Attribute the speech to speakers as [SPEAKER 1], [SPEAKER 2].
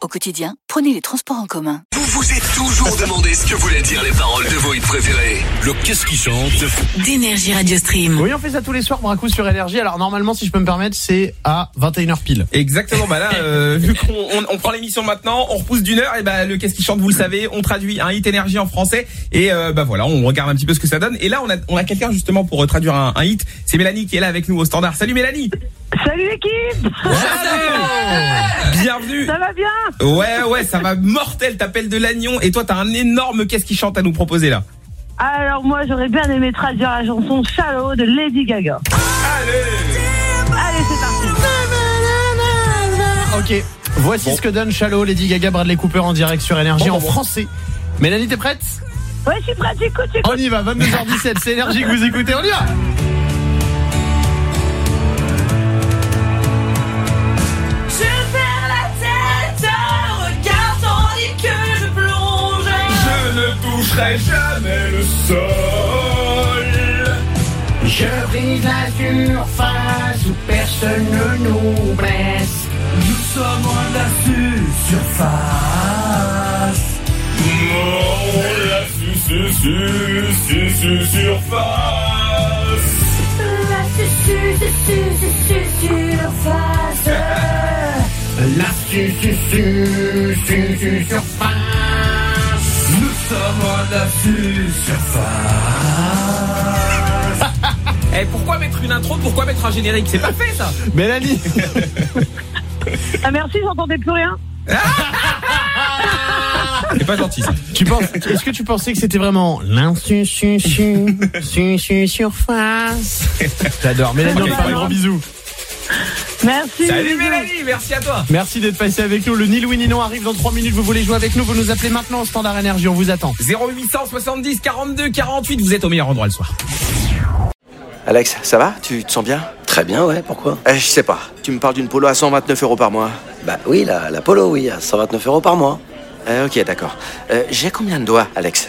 [SPEAKER 1] Au quotidien, prenez les transports en commun.
[SPEAKER 2] Vous vous êtes toujours demandé ce que voulaient dire les paroles de vos hits préférés. Le qu'est-ce qui chante
[SPEAKER 1] D'énergie Radio Stream.
[SPEAKER 3] Oui, on fait ça tous les soirs, braco sur énergie. Alors normalement, si je peux me permettre, c'est à 21h pile.
[SPEAKER 4] Exactement, bah là, euh, vu qu'on on, on prend l'émission maintenant, on repousse d'une heure, et bah le qu'est-ce qui chante, vous le savez, on traduit un hit énergie en français, et euh, bah voilà, on regarde un petit peu ce que ça donne. Et là, on a, on a quelqu'un justement pour euh, traduire un, un hit, c'est Mélanie qui est là avec nous au standard. Salut Mélanie
[SPEAKER 5] Salut l'équipe
[SPEAKER 4] Salut Bienvenue
[SPEAKER 5] Ça va bien
[SPEAKER 4] Ouais, ouais, ça va mortel, t'appelles de l'agnon, et toi t'as un énorme qu'est-ce qui chante à nous proposer là.
[SPEAKER 5] Alors moi j'aurais bien aimé traduire la chanson Shallow de Lady Gaga.
[SPEAKER 4] Allez
[SPEAKER 5] Allez c'est parti
[SPEAKER 3] Ok, voici
[SPEAKER 4] Bon.
[SPEAKER 3] ce que donne Shallow, Lady Gaga, Bradley Cooper en direct sur énergie
[SPEAKER 4] Bon,
[SPEAKER 3] en
[SPEAKER 4] bon, bon.
[SPEAKER 3] français. Mélanie, t'es prête
[SPEAKER 5] Ouais je suis prête, j'écoute,
[SPEAKER 3] On
[SPEAKER 5] j'écoute
[SPEAKER 3] y va, 22h17, c'est énergie que vous écoutez, on y va
[SPEAKER 6] Je perds la tête en regardant tandis que je plonge.
[SPEAKER 4] Je ne toucherai jamais le sol
[SPEAKER 7] Je brise la surface où personne ne nous blesse. Nous sommes en la su- surface.
[SPEAKER 4] surface
[SPEAKER 6] La su- su- su- su- su- surface.
[SPEAKER 7] La su- su- su- su- su- surface. Nous sommes en la su- surface.
[SPEAKER 4] Eh, pourquoi mettre une intro Pourquoi mettre un générique C'est pas fait ça
[SPEAKER 3] Mélanie
[SPEAKER 5] Ah merci j'entendais plus rien
[SPEAKER 4] C'est pas gentil ça.
[SPEAKER 3] tu penses, Est-ce que tu pensais que c'était vraiment l'insu su su su su surface J'adore, Mélanie, on te fait un gros bisou.
[SPEAKER 5] Merci
[SPEAKER 4] Salut
[SPEAKER 5] bisous.
[SPEAKER 4] Mélanie, merci à toi.
[SPEAKER 3] Merci d'être passé avec nous. Le Ni Louis ni Non arrive dans 3 minutes. Vous voulez jouer avec nous Vous nous appelez maintenant au standard énergie. On vous attend.
[SPEAKER 4] 0870 42 48, vous êtes au meilleur endroit le soir.
[SPEAKER 8] Alex, ça va Tu te sens bien
[SPEAKER 9] Très bien, ouais, pourquoi
[SPEAKER 8] Eh, Je sais pas. Tu me parles d'une polo à 129 euros par mois.
[SPEAKER 9] Bah oui, la, la Polo, oui, à 129 euros par mois.
[SPEAKER 8] Euh, ok, d'accord. Euh, J'ai combien de doigts, Alex